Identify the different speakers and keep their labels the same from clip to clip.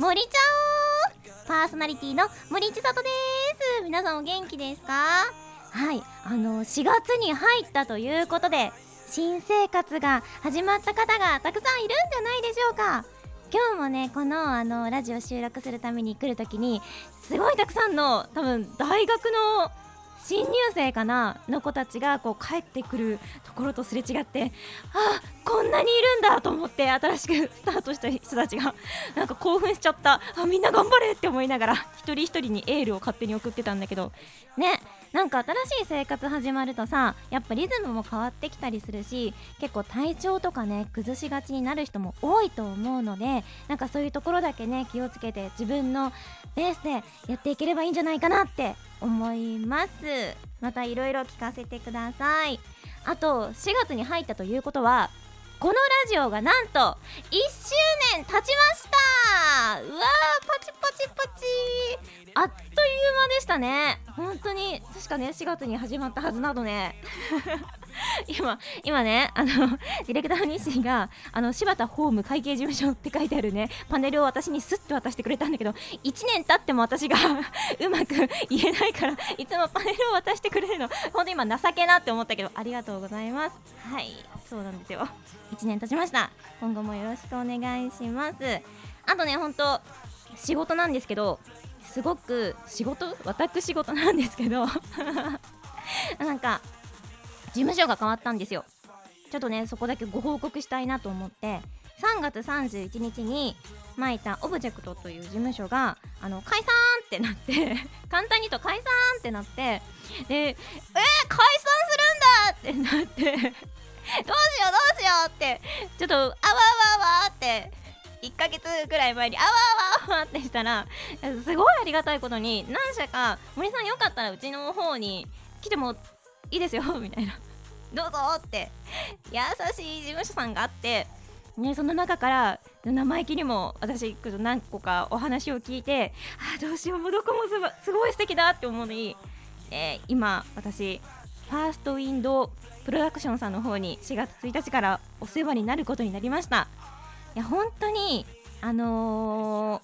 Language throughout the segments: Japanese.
Speaker 1: 森ちゃんパーソナリティの森千里です皆さんお元気ですかはいあの4月に入ったということで新生活が始まった方がたくさんいるんじゃないでしょうか今日もねこのあのラジオ収録するために来るときにすごいたくさんの多分大学の新入生かなの子たちがこう帰ってくるところとすれ違ってあこんなにいるんだと思って新しくスタートした人たちがなんか興奮しちゃったあみんな頑張れって思いながら一人一人にエールを勝手に送ってたんだけどねなんか新しい生活始まるとさやっぱリズムも変わってきたりするし結構体調とかね崩しがちになる人も多いと思うのでなんかそういうところだけね気をつけて自分のベースでやっていければいいんじゃないかなって思いますまたいろいろ聞かせてくださいあと4月に入ったということはこのラジオがなんと1周年経ちましたうわーパチパチパチあっという間でしたね本当に確かね4月に始まったはずなのね 今今ねあのディレクターの西があの柴田ホーム会計事務所って書いてあるねパネルを私にすっと渡してくれたんだけど1年経っても私が うまく言えないからいつもパネルを渡してくれるの本当今情けなって思ったけどありがとうございますはいそうなんですよ1年経ちました今後もよろしくお願いしますあとね本当仕事なんですけどすごく仕事私事なんですけど なんか事務所が変わったんですよちょっとねそこだけご報告したいなと思って3月31日にまいたオブジェクトという事務所があの解散ってなって 簡単に言うと解散ってなってでえー、解散するんだってなってどうしようどうしようってちょっとあわあわあわって1ヶ月ぐらい前にあわあわあわってしたらすごいありがたいことに何社か森さんよかったらうちの方に来てもいいですよ みたいなどうぞって優しい事務所さんがあってね、その中から生意気にも私何個かお話を聞いてあどうしようもどこもすごい素敵だって思うのに、えー、今私ファーストウィンドプロダクションさんの方に4月1日からお世話になることになりましたいや本当にあの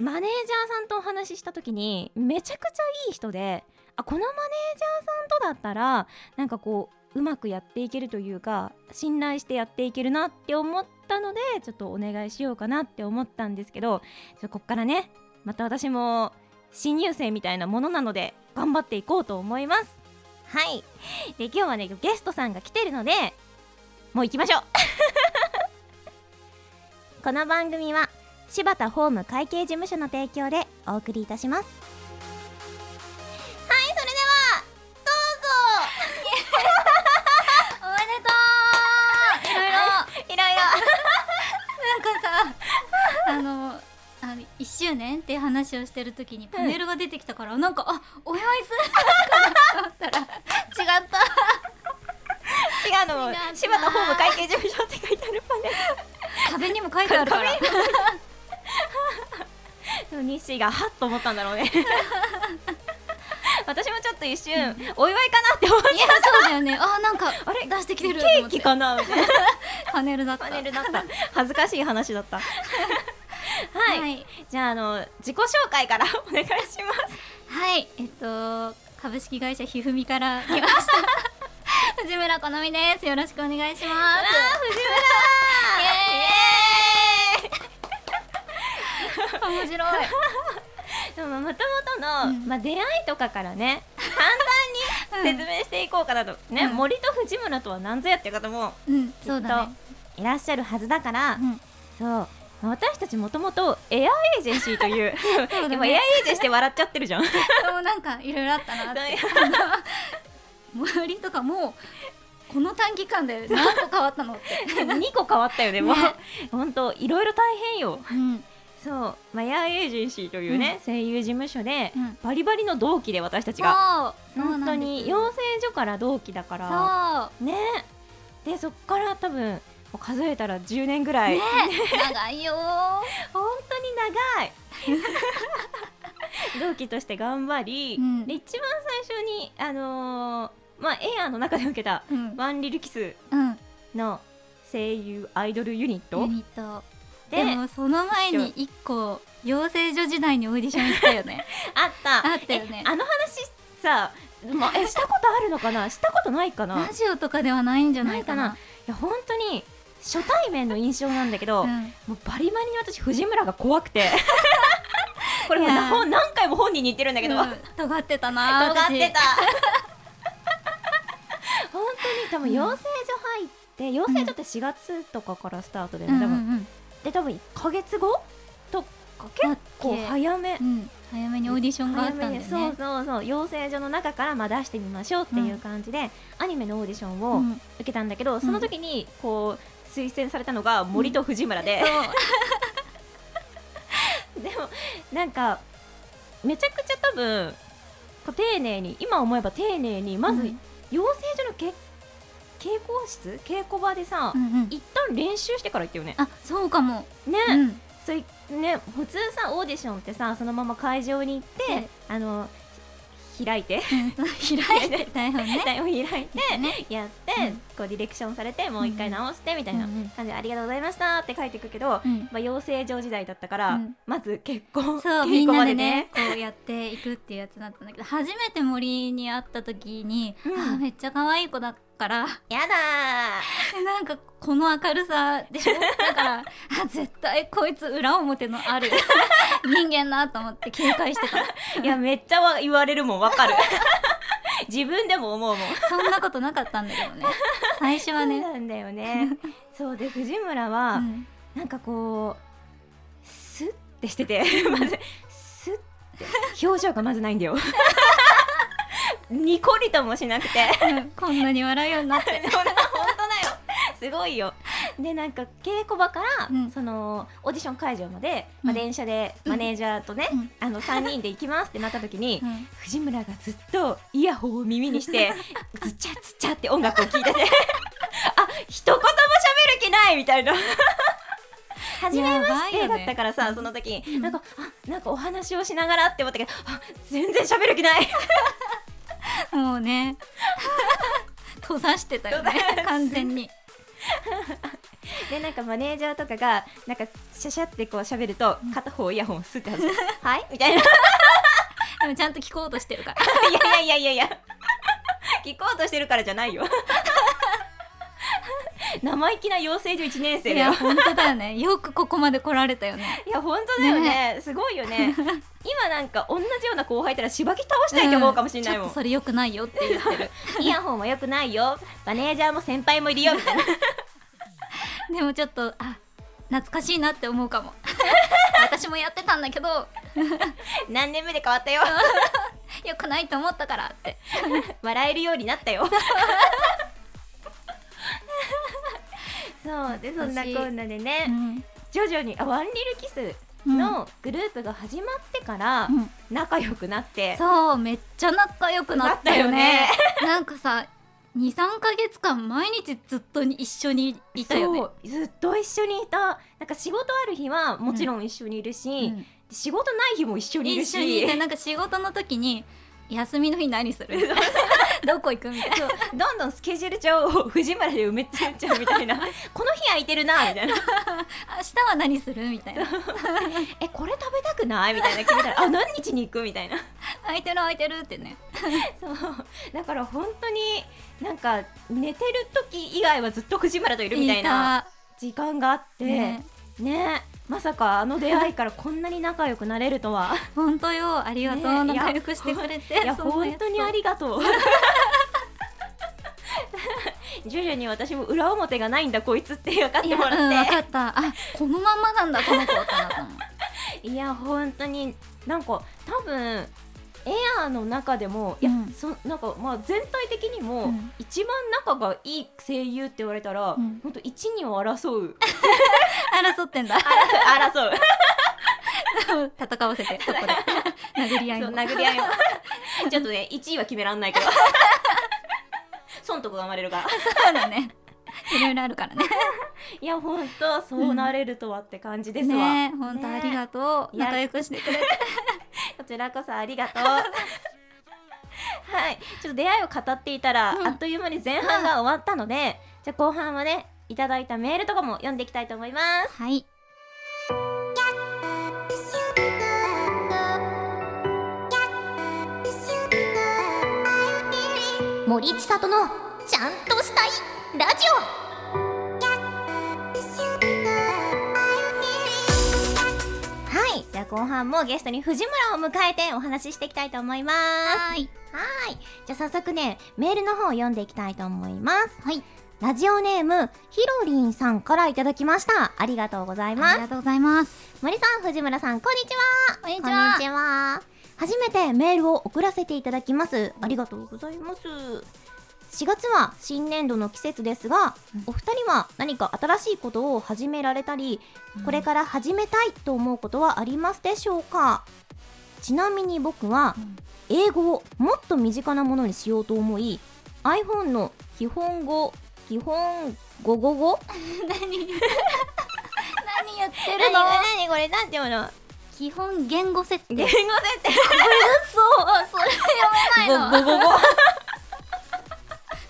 Speaker 1: ー、マネージャーさんとお話しした時にめちゃくちゃいい人であこのマネージャーさんとだったらなんかこううまくやっていけるというか信頼してやっていけるなって思ったのでちょっとお願いしようかなって思ったんですけどちょこっからねまた私も新入生みたいなものなので頑張っていこうと思いますはいで今日はねゲストさんが来てるのでもう行きましょう この番組は柴田ホーム会計事務所の提供でお送りいたします
Speaker 2: 1周年っていう話をしてる時にパネルが出てきたから、うん、なんかあお祝い するのかなと思ったら違った
Speaker 1: 違うのも柴田ホーム会計事務所って書いてあるパネル
Speaker 2: 壁にも書いてあるか ら
Speaker 1: で も西がはっと思ったんだろう ね私もちょっと一瞬お祝いかなって思っていや
Speaker 2: そうだよねあなんかあれ出してきてる
Speaker 1: ケーキかなみたいな
Speaker 2: パネルだった
Speaker 1: パネルだった恥ずかしい話だったはい、はい、じゃああの自己紹介からお願いします。
Speaker 2: はいえっと株式会社ひふみから来ました 藤村好美です。よろしくお願いします。藤村。
Speaker 1: イエ
Speaker 2: 面白い。
Speaker 1: でももともとの、うん、まあ出会いとかから ね簡単に説明していこうかなと、ね、うん、森と藤村とは何ぞやっていう方も、うん、きっといらっしゃるはずだから、うん、そう私たちもともとエアエージェンシーと いうね、でもエアエージェンシーって笑っちゃってる じゃん
Speaker 2: そうなんかいろいろあったなって最りとかもこの短期間で何個変わったのって
Speaker 1: 2個変わったよねもう本当いろいろ大変よ、うん、そう、まあ、エアエージェンシーというね、うん、声優事務所で、うん、バリバリの同期で私たちが本当に養成所から同期だからねでそこから多分数えたら10年ぐらい、ね、
Speaker 2: 長いよ
Speaker 1: 本当に長い 同期として頑張り、うん、で一番最初にあのー、まあエアーの中で受けた、うん、ワンリルキスの声優アイドルユニットて
Speaker 2: でもその前に一個養成所時代にオーディション行ったよね
Speaker 1: あった
Speaker 2: あったよね
Speaker 1: えあの話さま あえしたことあるのかなしたことないかな
Speaker 2: ラジオとかではないんじゃな
Speaker 1: ないい
Speaker 2: か
Speaker 1: か
Speaker 2: な
Speaker 1: ないや本当に初対面の印象なんだけど、
Speaker 2: うん
Speaker 1: もうバリバリに私藤村が怖くて これもう
Speaker 2: いやー
Speaker 1: ほん何回も本人に言ってるんだけど、
Speaker 2: うん尖ってたな
Speaker 1: 分かって
Speaker 2: 私
Speaker 1: た 本当に多分養成所入って、養成所って4月とかからスタートで、ね
Speaker 2: うん
Speaker 1: 多
Speaker 2: うん
Speaker 1: 分で多分1か月後とか結構早め
Speaker 2: うんうん早めにオーディションがあったんだよね
Speaker 1: そうそうそう養成所の中からまあ出してみましょうっていう感じで、アニメのオーディション
Speaker 2: う
Speaker 1: を
Speaker 2: ん
Speaker 1: 受けたんだけど、その時にこう推薦されたのが森と藤村で、 でもなんかめちゃくちゃ多分こう丁寧に今思えば丁寧にま
Speaker 2: う
Speaker 1: ず
Speaker 2: ん
Speaker 1: 養成所のけ稽古室稽古場でさ、
Speaker 2: うんうん
Speaker 1: 一旦練習してから行ったよね。
Speaker 2: あそうかも
Speaker 1: ね、
Speaker 2: うん
Speaker 1: それね普通さオーディションってさそのまま会場に行って、
Speaker 2: はい
Speaker 1: あのひ開い て
Speaker 2: 開いて台本ね
Speaker 1: 台本開いて、
Speaker 2: ね
Speaker 1: やって、
Speaker 2: うん
Speaker 1: こうディレクションされてもう一回直してみたいな
Speaker 2: うんうん
Speaker 1: 感じで、ありがとうございましたって書いていくけど、
Speaker 2: うん
Speaker 1: まあ、養成所時代だったから、
Speaker 2: うん
Speaker 1: まず結婚
Speaker 2: そう
Speaker 1: 結
Speaker 2: みん
Speaker 1: 婚
Speaker 2: な
Speaker 1: ま
Speaker 2: で
Speaker 1: で
Speaker 2: ね
Speaker 1: ね
Speaker 2: こうやっていくっていうやつだったんだけど初めて森に会った時に、
Speaker 1: うん
Speaker 2: あーめっちゃ可愛い子だから
Speaker 1: やだ
Speaker 2: えなんかこの明るさでしょだからあ絶対こいつ裏表のある 人間だと思って警戒してた
Speaker 1: ーいやめっちゃわ言われるもんわかる 自分でも思うもん
Speaker 2: そんなことなかったんだけどね最初
Speaker 1: そ
Speaker 2: は
Speaker 1: う
Speaker 2: ね
Speaker 1: なんだよ ねそうで藤村は、
Speaker 2: うん
Speaker 1: なんかこうスッってしててまずスッって表情がまずないんだ よニコリともしなくて
Speaker 2: うんこんなに笑うようになって
Speaker 1: 本当だよすごいよ でなんか稽古場から、
Speaker 2: うん
Speaker 1: そのオーディション会場まで、まあ、
Speaker 2: うん
Speaker 1: 電車でマネージャーとね、
Speaker 2: うん
Speaker 1: あの3人で行きますってなった時に、
Speaker 2: うん
Speaker 1: 藤村がずっとイヤホンを耳にして ズチャズチャって音楽を聴いてて あ一言も喋る気ないみた いな初めまし
Speaker 2: やばいよ
Speaker 1: てだ
Speaker 2: ね
Speaker 1: ったからさ、その時、
Speaker 2: うん
Speaker 1: なんかあなんかお話をしながらって思ったけどあ全然喋る気ない
Speaker 2: もうね閉ざしてたよね
Speaker 1: 閉ざす
Speaker 2: 完全に
Speaker 1: でなんかマネージャーとかがなんかシャシャってこう喋ると片方イヤホンすって 外して「はい?」みたいない
Speaker 2: でもちゃんと聞こうとしてるから
Speaker 1: やいやいやいやいや聞こうとしてるからじゃないよ 生意気な養成所1年生
Speaker 2: い
Speaker 1: だよ
Speaker 2: や本当だよね よくここまで来られたよね
Speaker 1: いや本当だよねすごいよね今なんか同じような後輩いたらしばき倒したいと思うかもしれないもん、
Speaker 2: ちょっとそれよくないよって言ってる
Speaker 1: イヤホンはよくないよマネージャーも先輩もいる よみたいな
Speaker 2: でもちょっとあ懐かしいなって思うか も私もやってたんだけど
Speaker 1: 何年目で変わった よ
Speaker 2: よくないと思ったからって
Speaker 1: 笑えるようになったよ そうでそんなこんなでね、
Speaker 2: うん
Speaker 1: 徐々にあワンリルキスのグループが始まってから
Speaker 2: うん
Speaker 1: 仲良くなって、
Speaker 2: そうめっちゃ仲良くなったよね なんかさ23ヶ月間毎日ずっと一緒にいたよね
Speaker 1: そうずっと一緒にいたなんか仕事ある日はもちろん一緒にいるし、
Speaker 2: うん
Speaker 1: 仕事ない日も一緒にいる
Speaker 2: 一
Speaker 1: し
Speaker 2: 緒にいてなんか仕事の時に休みの日何する どこ行くみたいな
Speaker 1: そうどんどんスケジュール帳を藤村で埋めちゃっちゃうみたいな この日空いてるなみたいな
Speaker 2: 明日は何するみたいな
Speaker 1: えこれ食べたくないみたいな決めたらあ何日に行くみたいな
Speaker 2: 空いてる空いてるってね
Speaker 1: そうだから本当になんか寝てる時以外はずっと藤村といるみたいな時間があって
Speaker 2: たね
Speaker 1: ねまさかあの出会いからこんなに仲良くなれるとは
Speaker 2: 本当よありがとう、
Speaker 1: ね
Speaker 2: 仲良くしてくれて
Speaker 1: いや
Speaker 2: そんなや
Speaker 1: 本
Speaker 2: つと
Speaker 1: 当にありがとう 徐々に私も裏表がないんだこいつって分かっ
Speaker 2: い
Speaker 1: て
Speaker 2: や
Speaker 1: もらって、
Speaker 2: うん、分かったあこのまんまなんだこの子ってなったの
Speaker 1: いや本当になんか多分エアーの中でも、
Speaker 2: うん
Speaker 1: いやそなんかまあ全体的にも、
Speaker 2: うん
Speaker 1: 一番仲がいい声優って言われたら、
Speaker 2: うん
Speaker 1: ほんと一二を争う
Speaker 2: 争ってんだ
Speaker 1: 争う
Speaker 2: 戦わせて そこで殴り合い
Speaker 1: そう
Speaker 2: の
Speaker 1: 殴り合い をちょっとね一位は決めらんないけど損得が生まれるから
Speaker 2: そうだねいろいろあるからね
Speaker 1: いや本当そうなれるとはって感じですわ、
Speaker 2: ね本当ありがとう、
Speaker 1: ね
Speaker 2: 仲良くしてくれて
Speaker 1: こちらこそありが とうはいちょっと出会いを語っていたら、
Speaker 2: うん
Speaker 1: あっという間に前半が終わったので、じゃあ後半はねいただいたメールとかも読んでいきたいと思います
Speaker 2: はい
Speaker 1: 森千里のちゃんとしたいラジオはいじゃあ後半もゲストに藤村を迎えてお話ししていきたいと思います
Speaker 2: い
Speaker 1: はいじゃあ早速ねメールの方を読んでいきたいと思います
Speaker 2: はい
Speaker 1: ラジオネームひろりんさんからいただきましたありがとうござい
Speaker 2: あ
Speaker 1: ます
Speaker 2: りがとうございます
Speaker 1: 森さん藤村さんこんにちは
Speaker 2: こんに
Speaker 1: こんにちは。初めてメールを送らせていただきます。ありがとうございます。4月は新年度の季節ですが、
Speaker 2: うん
Speaker 1: お二人は何か新しいことを始められたり、
Speaker 2: うん
Speaker 1: これから始めたいと思うことはありますでしょうかちなみに僕は
Speaker 2: うん
Speaker 1: 英語をもっと身近なものにしようと思い、iPhone の基本語、基本語語語
Speaker 2: 何 何言ってるの
Speaker 1: 何これなんていうの
Speaker 2: 基本言語設定
Speaker 1: 言語設定
Speaker 2: そうそれ読めない
Speaker 1: 語
Speaker 2: の
Speaker 1: 語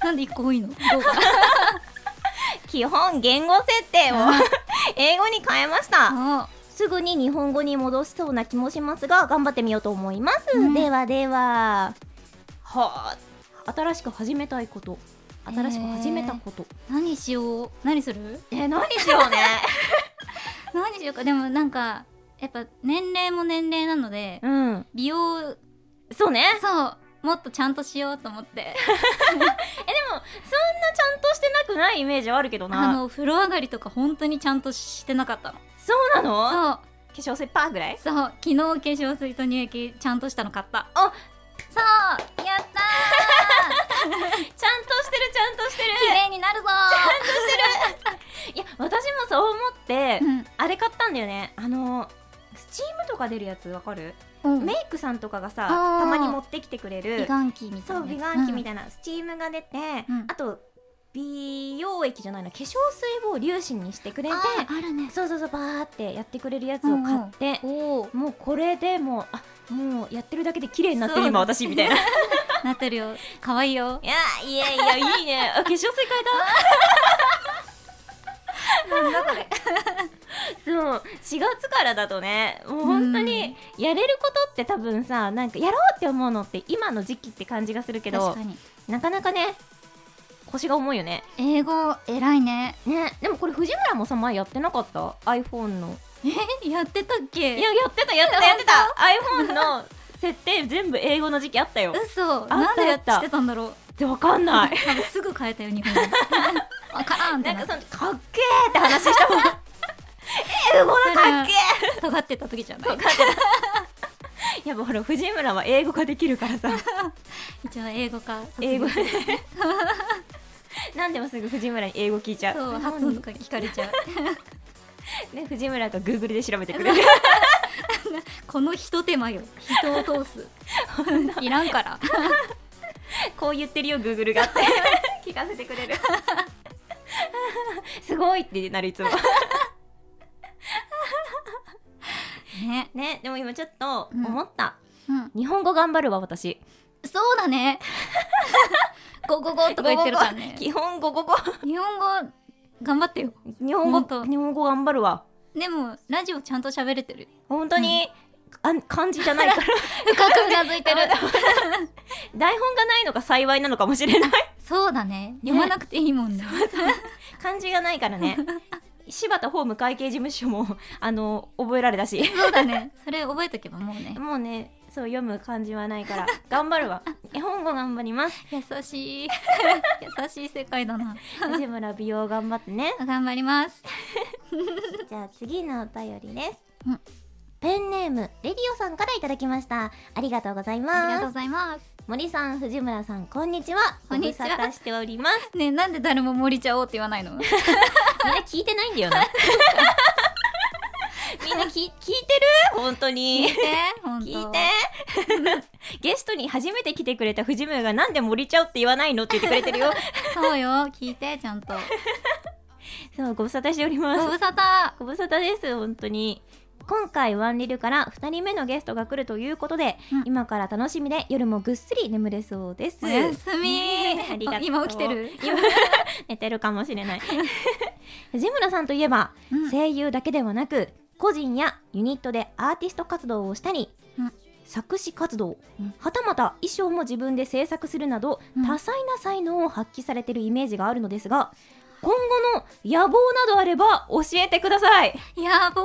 Speaker 2: なんで一個多いの
Speaker 1: 基本言語設定を英語に変えました
Speaker 2: あ
Speaker 1: すぐに日本語に戻しそうな気もしますが頑張ってみようと思います、
Speaker 2: うん
Speaker 1: ではでははあ新しく始めたいこと新しく始めたこと
Speaker 2: 何しよう何する
Speaker 1: え何しようね
Speaker 2: 何しようかでもなんかやっぱ年齢も年齢なので
Speaker 1: うん
Speaker 2: 美容
Speaker 1: そうね
Speaker 2: そうもっとちゃんとしようと思って
Speaker 1: そんなちゃんとしてなくないイメージはあるけど
Speaker 2: あ
Speaker 1: な
Speaker 2: の風呂上がりとか本当にちゃんとしてなかったの
Speaker 1: そうなの
Speaker 2: そう
Speaker 1: 化粧水パーぐらい
Speaker 2: そう昨日化粧水と乳液ちゃんとしたの買った
Speaker 1: あ
Speaker 2: そうやったー
Speaker 1: ちゃんとしてるちゃんとしてる
Speaker 2: 綺麗になるぞ
Speaker 1: いや私もそう思って、
Speaker 2: ー
Speaker 1: あれ買ったんだよねあのスチームとか出るやつわかる
Speaker 2: うん、うん
Speaker 1: メイクさんとかがさ
Speaker 2: あー
Speaker 1: たまに持ってきてくれる
Speaker 2: 美顔器みたい
Speaker 1: そ
Speaker 2: な
Speaker 1: う美顔器み
Speaker 2: い
Speaker 1: たいな、スチームが出て、
Speaker 2: ん
Speaker 1: あと美容液じゃないな化粧水を粒子にしてくれて
Speaker 2: な、ああるね
Speaker 1: そうそうそうバーってやってくれるやつを買って、
Speaker 2: おお
Speaker 1: もうこれでもうあもうやってるだけで綺麗になって
Speaker 2: そう
Speaker 1: る今私みたいない
Speaker 2: なってるよ可愛いよ
Speaker 1: やいやいやいいね あ化粧水変 えたそう4月からだとねもう本当にやれることって多分さなんかやろうって思うのって今の時期って感じがするけど
Speaker 2: 確かに
Speaker 1: なかなかね腰が重いよね
Speaker 2: 英語偉いね
Speaker 1: ねでもこれ藤村もさ前やってなかった iPhone の
Speaker 2: えやってたっけ
Speaker 1: いややってたやってたやってた iPhone の設定全部英語の時期あったよ
Speaker 2: 嘘
Speaker 1: た
Speaker 2: なんで
Speaker 1: あ
Speaker 2: や
Speaker 1: っ
Speaker 2: っ
Speaker 1: た
Speaker 2: てたんだろう
Speaker 1: ってわかんない
Speaker 2: 多分すぐ変えたよ日本語 あカーンって
Speaker 1: なんか
Speaker 2: なっ
Speaker 1: そのかっけーって話したもん英語のかっけ
Speaker 2: て尖ってた時じゃない
Speaker 1: ーやっぱほら藤村は英語ができるからさ
Speaker 2: 一応英語か
Speaker 1: 英語 なんでもすぐ藤村に英語聞いちゃう
Speaker 2: そう発音とか聞かれちゃう
Speaker 1: ね藤村が Google で調べてくれる
Speaker 2: このひと手間よ人を通す いらんから
Speaker 1: こう言ってるよ Google がって聞かせてくれる すごいってなるいつも
Speaker 2: ね
Speaker 1: ねでも今ちょっと
Speaker 2: うん
Speaker 1: 思った、
Speaker 2: うん
Speaker 1: 日本語頑張るわ私
Speaker 2: そうだ ねゴゴゴとか言ってるからね
Speaker 1: 基本語語語
Speaker 2: 日本語頑張ってよ
Speaker 1: 日本
Speaker 2: 本
Speaker 1: 語
Speaker 2: 当
Speaker 1: 日本語頑張るわ
Speaker 2: でもラジオちゃんと喋れてる
Speaker 1: 本当に、あ漢字じゃないから
Speaker 2: 深くうなずいてる
Speaker 1: 台本がないのが幸いなのかもしれ ない
Speaker 2: そうだね読まなくていいもん ね
Speaker 1: 漢字がないからね 柴田法務会計事務所も あの覚えられたし
Speaker 2: そうだねそれ覚えとけばもう ね
Speaker 1: もうねそう読む漢字はないから頑張る わ絵本語頑張り ます
Speaker 2: 優しい優しい世界だな
Speaker 1: 藤村美容頑張って ね
Speaker 2: 頑張ります
Speaker 1: じゃあ次のお便りです、
Speaker 2: うん
Speaker 1: ペンネームレディオさんからいただきましたありがとうございます
Speaker 2: ありがとうございます
Speaker 1: 森さん藤村さんこんにちは
Speaker 2: こんにちは
Speaker 1: ご無沙汰しております
Speaker 2: ねなんで誰も森ちゃおうって言わ ない の
Speaker 1: みんな聞いてないんだよな みんなき聞いてる 本当
Speaker 2: 聞い
Speaker 1: に
Speaker 2: てほんと
Speaker 1: 聞いて ゲストに初めて来てくれた藤村がなんで森ちゃうって言わないのって言ってくれてる よ
Speaker 2: そうよ聞いてちゃんと
Speaker 1: そうご無沙汰しております
Speaker 2: ご無沙汰
Speaker 1: ご無沙汰です本当に今回ワンリルから2人目のゲストが来るということで、
Speaker 2: うん
Speaker 1: 今から楽しみで夜もぐっすり眠れそうです
Speaker 2: おやすみ
Speaker 1: ねありがとう
Speaker 2: 今起きてる
Speaker 1: 今 寝てるかもし れない藤村さんといえば、
Speaker 2: うん
Speaker 1: 声優だけではなく個人やユニットでアーティスト活動をしたり、
Speaker 2: うん
Speaker 1: 作詞活動、
Speaker 2: うん
Speaker 1: はたまた衣装も自分で制作するなど、
Speaker 2: うん
Speaker 1: 多彩な才能を発揮されているイメージがあるのですが今後の野望などあれば教えてくださ い
Speaker 2: やぼ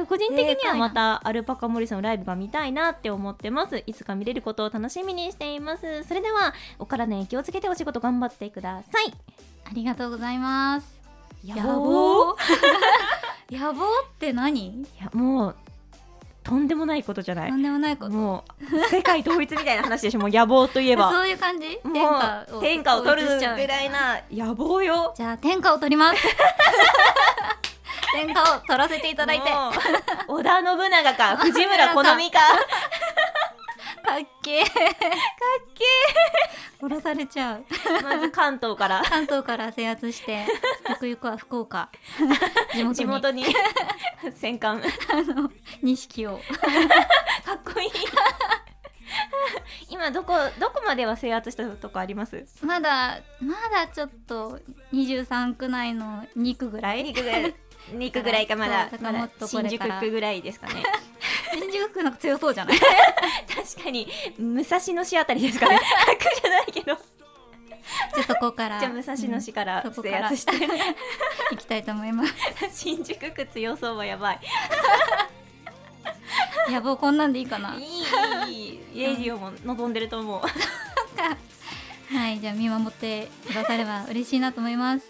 Speaker 2: ー
Speaker 1: 個人的には
Speaker 2: えー
Speaker 1: またアルパカモリさんのライブが見たいなって思ってますいつか見れることを楽しみにしていますそれではお体に気をつけてお仕事頑張ってください
Speaker 2: ありがとうございます
Speaker 1: 野
Speaker 2: やぼーやぼーって何
Speaker 1: いやもうとんでもないことじゃない
Speaker 2: なんでもないこと
Speaker 1: もう世界統一みたいな話でしょもう野望といえば
Speaker 2: そういう感じ
Speaker 1: も
Speaker 2: 天下
Speaker 1: う
Speaker 2: を
Speaker 1: 天下を取る
Speaker 2: 統
Speaker 1: ぐ
Speaker 2: 一しちゃうみた
Speaker 1: らいな野望よ
Speaker 2: じゃあ天下を取ります天下を取らせていただいてかっ
Speaker 1: もう織田信長 か藤村好みか
Speaker 2: けーかっけー殺されちゃう
Speaker 1: まず関東から
Speaker 2: 関東から制圧してゆくゆくは福岡地元
Speaker 1: 地
Speaker 2: に
Speaker 1: 元に戦艦か
Speaker 2: 錦を
Speaker 1: っこいい 今どこどこまでは制圧したとこあります
Speaker 2: まだまだちょっと23区内の2区ぐらい
Speaker 1: 2区ぐらい2区ぐらいかまだ
Speaker 2: そうだか
Speaker 1: ま
Speaker 2: らも
Speaker 1: だ
Speaker 2: っとこ
Speaker 1: 新
Speaker 2: れから
Speaker 1: 宿区ぐらいですかね
Speaker 2: 新宿区なんか強そうじゃない
Speaker 1: 確かに武蔵野市あたりですか ね区じゃないけど
Speaker 2: じゃあそこから
Speaker 1: じゃあ武蔵野市から
Speaker 2: うんそこ
Speaker 1: 制
Speaker 2: から
Speaker 1: 圧して
Speaker 2: 行きたいと思います
Speaker 1: 新宿区強そうはやばい
Speaker 2: やぼうこんなんでいいかない
Speaker 1: いいいいいレディオも望んでると思う
Speaker 2: はいじゃあ見守ってくだされば嬉しいなと思います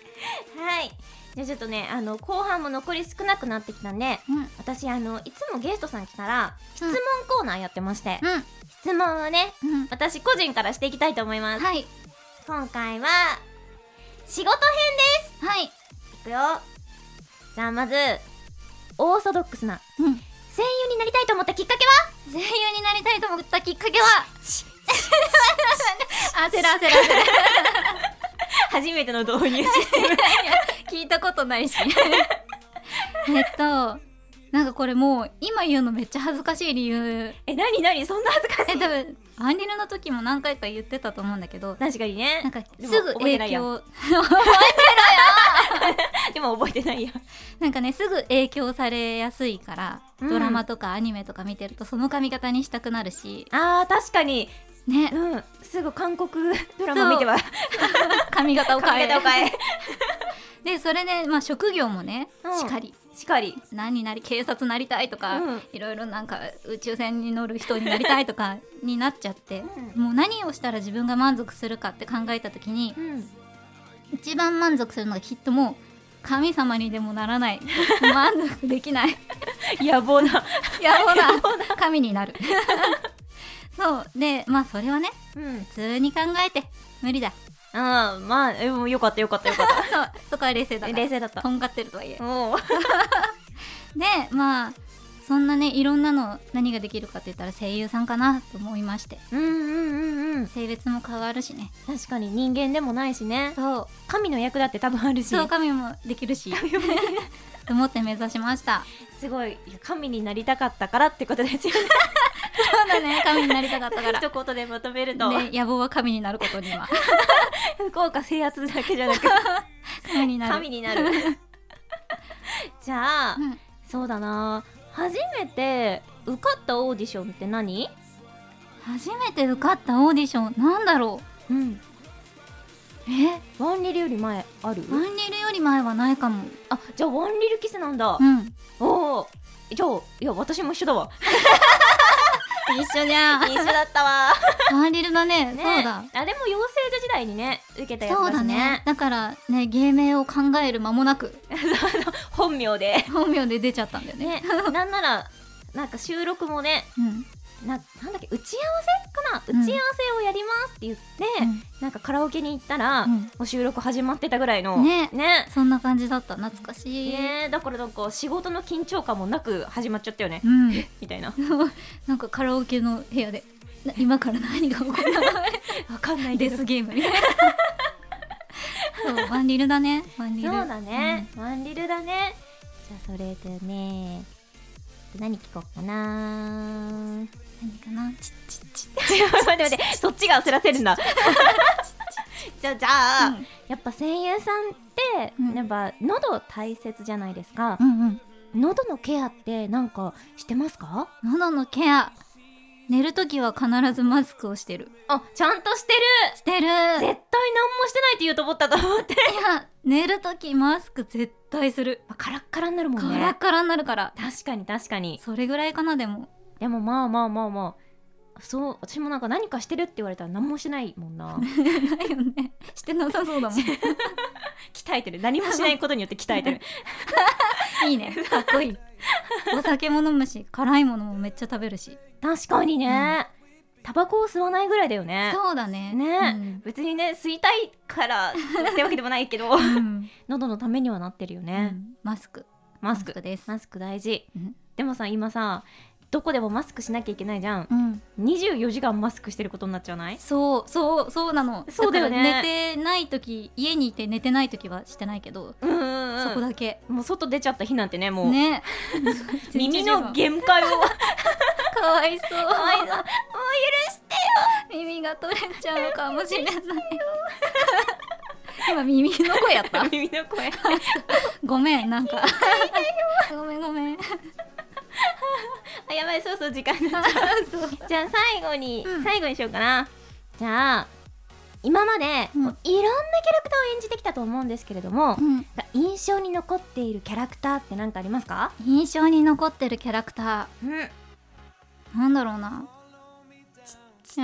Speaker 1: はいじゃあちょっとねあの後半も残り少なくなってきたんで
Speaker 2: うんう
Speaker 1: 私あのいつもゲストさん来たら質問コーナーやってまして、
Speaker 2: ん
Speaker 1: 質問をね
Speaker 2: うん
Speaker 1: 私個人からしていきたいと思います
Speaker 2: はい
Speaker 1: 今回は仕事編で
Speaker 2: はい
Speaker 1: すいくよじゃあまずオーソドックスな
Speaker 2: うん
Speaker 1: 声優になりたいと思ったきっかけは
Speaker 2: 声優になりたいと思ったきっかけ は焦る焦る焦る
Speaker 1: 初めての導入システム
Speaker 2: 聞いたことない しえっとなんかこれもう今言うのめっちゃ恥ずかしい理由
Speaker 1: えなになにそんな恥ずかし
Speaker 2: え
Speaker 1: い
Speaker 2: 多分アンリルの時も何回か言ってたと思うんだけど
Speaker 1: 確かにね
Speaker 2: なんか
Speaker 1: ですも
Speaker 2: ぐ
Speaker 1: 覚えて
Speaker 2: 影
Speaker 1: ないや
Speaker 2: 響
Speaker 1: でも覚えてないや
Speaker 2: なんかねすぐ影響されやすいから、
Speaker 1: うん
Speaker 2: ドラマとかアニメとか見てるとその髪型にしたくなるし
Speaker 1: あー確かに
Speaker 2: ね
Speaker 1: うんすぐ韓国ドラマ見ては
Speaker 2: 髪型を
Speaker 1: 髪
Speaker 2: 変え
Speaker 1: 型を変え
Speaker 2: でそれで、まあ、職業もね、
Speaker 1: うん
Speaker 2: しっかり
Speaker 1: しかり
Speaker 2: 何になり警察なりたいとか、
Speaker 1: うん
Speaker 2: いろいろなんか宇宙船に乗る人になりたいとかになっちゃって、もう何をしたら自分が満足するかって考えた時に
Speaker 1: うん
Speaker 2: 一番満足するのがきっともう神様にでもなら ない満足できない
Speaker 1: 野望な
Speaker 2: やほら神に なるそうでまあそれはね
Speaker 1: うん
Speaker 2: 普通に考えて無理だ
Speaker 1: あーまあえもうよかったよかったよかっ
Speaker 2: そうそこは冷静だ
Speaker 1: た
Speaker 2: から
Speaker 1: 冷静だった
Speaker 2: とんがってるとはいえ
Speaker 1: おー
Speaker 2: でまあそんなねいろんなの何ができるかって言ったら声優さんかなと思いまして
Speaker 1: うんうんうんうん
Speaker 2: 性別も変わるしね
Speaker 1: 確かに人間でもないしね
Speaker 2: そう
Speaker 1: 神の役だって多分あるし
Speaker 2: そう神もできるしと思って目指しました
Speaker 1: すごいいや神になりたかったからってことですよね
Speaker 2: そうだね神になりたかったか ら
Speaker 1: 一言でまとめると
Speaker 2: で野望は神になることに今
Speaker 1: 福岡制圧だけじゃなく
Speaker 2: 神にな る
Speaker 1: 神になる じゃあ
Speaker 2: うん
Speaker 1: そうだな初めて受かったオーディションって何
Speaker 2: 初めて受かったオーディションなんだろ
Speaker 1: うん
Speaker 2: うえ
Speaker 1: ワンリルより前ある
Speaker 2: ワンリルより前はないかも。
Speaker 1: あじゃあワンリルキスなんだ
Speaker 2: うん。
Speaker 1: おおじゃあいや私も一緒だわ
Speaker 2: 一緒じゃん。
Speaker 1: 一緒だったわ
Speaker 2: ワンリルだね。
Speaker 1: ね
Speaker 2: そうだ。
Speaker 1: あれも養成所時代にね受けたやつ
Speaker 2: そう
Speaker 1: だ
Speaker 2: だ
Speaker 1: し
Speaker 2: ね
Speaker 1: ね。
Speaker 2: だからね、芸名を考える間もなく、
Speaker 1: 本名で
Speaker 2: 本名で出ちゃったんだ よね。
Speaker 1: ねなんならなんか収録もね
Speaker 2: うん。
Speaker 1: ななんだっけ打ち合わせか
Speaker 2: う
Speaker 1: な、
Speaker 2: ん
Speaker 1: 打ち合わせをやりますって言って、
Speaker 2: うん
Speaker 1: なんかカラオケに行ったら、
Speaker 2: うん
Speaker 1: もう収録始まってたぐらいの
Speaker 2: ね
Speaker 1: ね
Speaker 2: そんな感じだった。懐かしい。
Speaker 1: ねだからなんか仕事の緊張感もなく始まっちゃったよね、
Speaker 2: うん。
Speaker 1: みたいな
Speaker 2: なんかカラオケの部屋で、な今から何が起こるの
Speaker 1: わかんない
Speaker 2: デ
Speaker 1: です
Speaker 2: スゲームみたいな。そう、ワンリルだね。ワンリ
Speaker 1: そ
Speaker 2: ル。
Speaker 1: うだね、ワンリルだねじゃあそれでね何聞こうかな
Speaker 2: うん。何かな。ちちち。
Speaker 1: 待って待ってそっちが焦らせるんだ じゃあじゃあ、
Speaker 2: うん
Speaker 1: やっぱ声優さんって、
Speaker 2: うん
Speaker 1: やっぱ喉大切じゃないですか、
Speaker 2: うんうん。
Speaker 1: 喉のケアってなんかしてますか
Speaker 2: 喉のケア寝るときは必ずマスクをしてる
Speaker 1: あちゃんとしてる
Speaker 2: してる
Speaker 1: 絶対何もしてないって言うと思ったと思って
Speaker 2: いや寝るときマスク絶対する
Speaker 1: カラッカラになるもん
Speaker 2: カラ
Speaker 1: ね
Speaker 2: ッカラになるから
Speaker 1: 確かに確かに
Speaker 2: それぐらいかなでも
Speaker 1: でもまあまあまあまあそう私もなんか何かしてるって言われたら何もしてないもんな
Speaker 2: ないよねしてなさそうだもん
Speaker 1: 鍛えてる何もしないことによって鍛えてる
Speaker 2: いいねかっこいいお酒も飲むし辛いものもめっちゃ食べるし
Speaker 1: 確かにね、タバコを吸わないぐらいだよね
Speaker 2: そうだね
Speaker 1: ね、別にね吸いたい からってわけでもないけど
Speaker 2: うんうん
Speaker 1: 喉のためにはなってるよ
Speaker 2: う
Speaker 1: ね、
Speaker 2: んマスク
Speaker 1: マスク
Speaker 2: です
Speaker 1: マスク大事、
Speaker 2: うん
Speaker 1: でもさ今さどこでもマスクしなきゃいけないじゃん
Speaker 2: うん
Speaker 1: 24時間マスクしてることになっちゃわない
Speaker 2: そうそうそうなの
Speaker 1: そうだよね
Speaker 2: から寝てない時家にいて寝てない時はしてないけど、
Speaker 1: うんうんうん
Speaker 2: そこだけ
Speaker 1: もう外出ちゃった日なんてねもう、
Speaker 2: ね
Speaker 1: 耳の
Speaker 2: ゲ
Speaker 1: 限界を
Speaker 2: かわいそう
Speaker 1: かわいそうもう許して
Speaker 2: 耳が取れちゃうかもし れない今耳の声や った
Speaker 1: 耳の声
Speaker 2: ごめんなんか ごめんご めん
Speaker 1: あやばいそうそう時間になっちゃ
Speaker 2: そう
Speaker 1: う じゃあ最後に、
Speaker 2: うん
Speaker 1: 最後にしようかなじゃあ今まで、
Speaker 2: うん
Speaker 1: こういろんなキャラクターを演じてきたと思うんですけれども、
Speaker 2: うん
Speaker 1: 印象に残っているキャラクターって何かありますか
Speaker 2: 印象に残ってるキャラクタ
Speaker 1: うん
Speaker 2: ーなんだろうな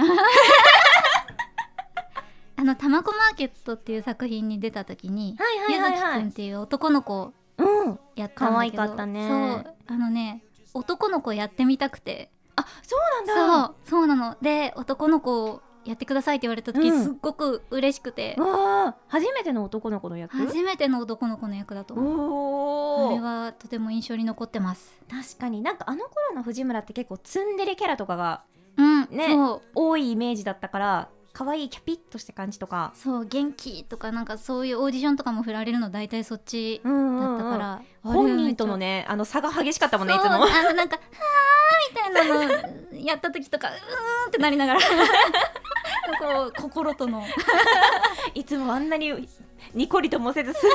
Speaker 2: あの「たまこマーケット」っていう作品に出た時に、
Speaker 1: はいはい
Speaker 2: ゆ
Speaker 1: はい
Speaker 2: ずき
Speaker 1: は
Speaker 2: くんっ
Speaker 1: い
Speaker 2: ていう男の子を
Speaker 1: うん
Speaker 2: やったんだけど
Speaker 1: 可愛かったね
Speaker 2: そうあのね男の子やってみたくて
Speaker 1: あそう
Speaker 2: そ
Speaker 1: なんだ
Speaker 2: うそうなので男の子をやってくださいって言われた時、
Speaker 1: うん
Speaker 2: すっごく嬉しくて
Speaker 1: わあ初めての男の子の役
Speaker 2: 初めての男の子の役だと思う
Speaker 1: お
Speaker 2: あれ
Speaker 1: お
Speaker 2: はとても印象に残ってます
Speaker 1: 確かになんかあの頃の藤村って結構ツンデレキャラとかが
Speaker 2: うん
Speaker 1: ね
Speaker 2: そう
Speaker 1: 多いイメージだったから可愛いキャピッとした感じとか
Speaker 2: そう元気とかなんかそういうオーディションとかも振られるの大体そっち
Speaker 1: うんうん
Speaker 2: だった
Speaker 1: うん
Speaker 2: から、
Speaker 1: 本人とのねあの差が激しかったもんねいつ
Speaker 2: そう
Speaker 1: も
Speaker 2: あのなんか 「はーみたいなのやった時とか「うーん」ってなりな がらこう心との
Speaker 1: いつもあんなにニコリともせずス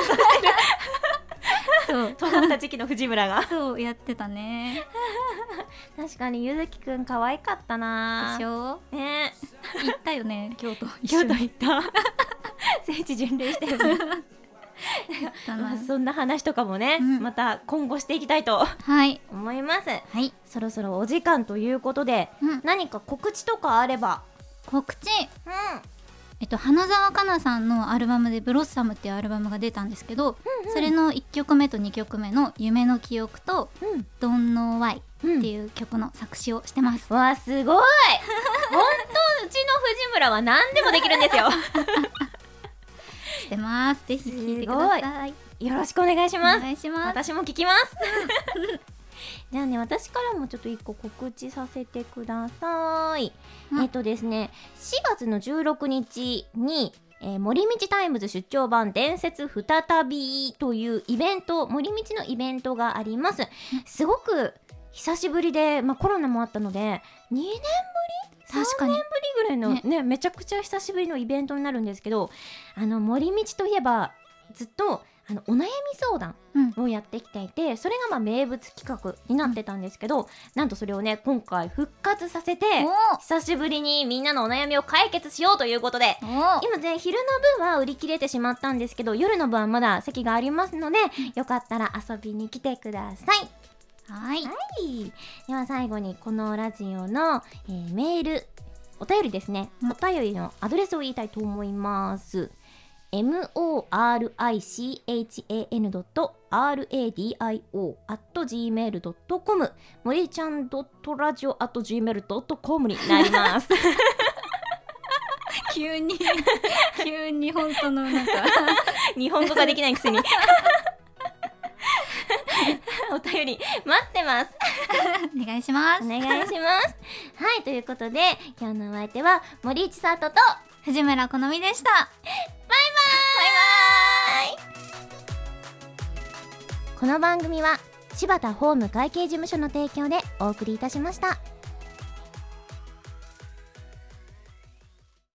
Speaker 1: ーッ
Speaker 2: そう
Speaker 1: と尖った時期の藤村が
Speaker 2: そうやってたね
Speaker 1: 確かにゆずきくん可愛かったな
Speaker 2: でしょ
Speaker 1: ね
Speaker 2: 行ったよね京都一緒
Speaker 1: 京
Speaker 2: に
Speaker 1: 都行った聖地巡礼したよね
Speaker 2: 行った
Speaker 1: ま
Speaker 2: な
Speaker 1: あそんな話とかもね、
Speaker 2: うん
Speaker 1: また今後していきたい と
Speaker 2: はい
Speaker 1: 思います
Speaker 2: はい、
Speaker 1: そろそろお時間ということで
Speaker 2: うん、
Speaker 1: 何か告知とかあれば
Speaker 2: 告知
Speaker 1: うん
Speaker 2: えっと花澤香菜さんのアルバムで「ブロッサム」っていうアルバムが出たんですけど、それの1曲目と2曲目の「夢の記憶」と
Speaker 1: うん
Speaker 2: 「Don't Know Why」
Speaker 1: うん
Speaker 2: っていう曲の作詞をしてます、
Speaker 1: わあすごい本当うちの藤村は何でもできるん ですよ
Speaker 2: してますぜひ聴いてください
Speaker 1: よろしくお願いし
Speaker 2: お
Speaker 1: ます
Speaker 2: 願いします
Speaker 1: 私も聞きます じゃあね私からもちょっと一個告知させてください、
Speaker 2: うん
Speaker 1: えっとですね4月の16日にえー森道タイムズ出張版伝説再びというイベント森道のイベントがありますすごく久しぶりで、まあ、コロナもあったので2年
Speaker 2: 確かに
Speaker 1: ぶりぐらいのねめちゃくちゃ久しぶりのイベントになるんですけどあの森道といえばずっとあのお悩み相談
Speaker 2: うん
Speaker 1: をやってきていてそれがまあ名物企画になってたんですけど、なんとそれをね今回復活させて
Speaker 2: お
Speaker 1: 久しぶりにみんなのお悩みを解決しようということで
Speaker 2: お
Speaker 1: 今ね昼の分は売り切れてしまったんですけど夜の分はまだ席がありますのでよかったら遊びに来てください。
Speaker 2: はい
Speaker 1: はいでは最後にこのラジオの、えーメールお便りですね、
Speaker 2: うん
Speaker 1: お便りのアドレスを言いたいと思います morichan.radio.gmail.com 森ちゃん .radio.gmail.com になります
Speaker 2: 急 に急に本当のなんか
Speaker 1: 日本語ができないくせにお便り待ってます
Speaker 2: お願いしま
Speaker 1: お
Speaker 2: す
Speaker 1: 願いしますはいということで今日のお相手は森内里と
Speaker 2: 藤村好みでした
Speaker 1: この番組は柴田ホーム会計事務所の提供でお送りいたしました。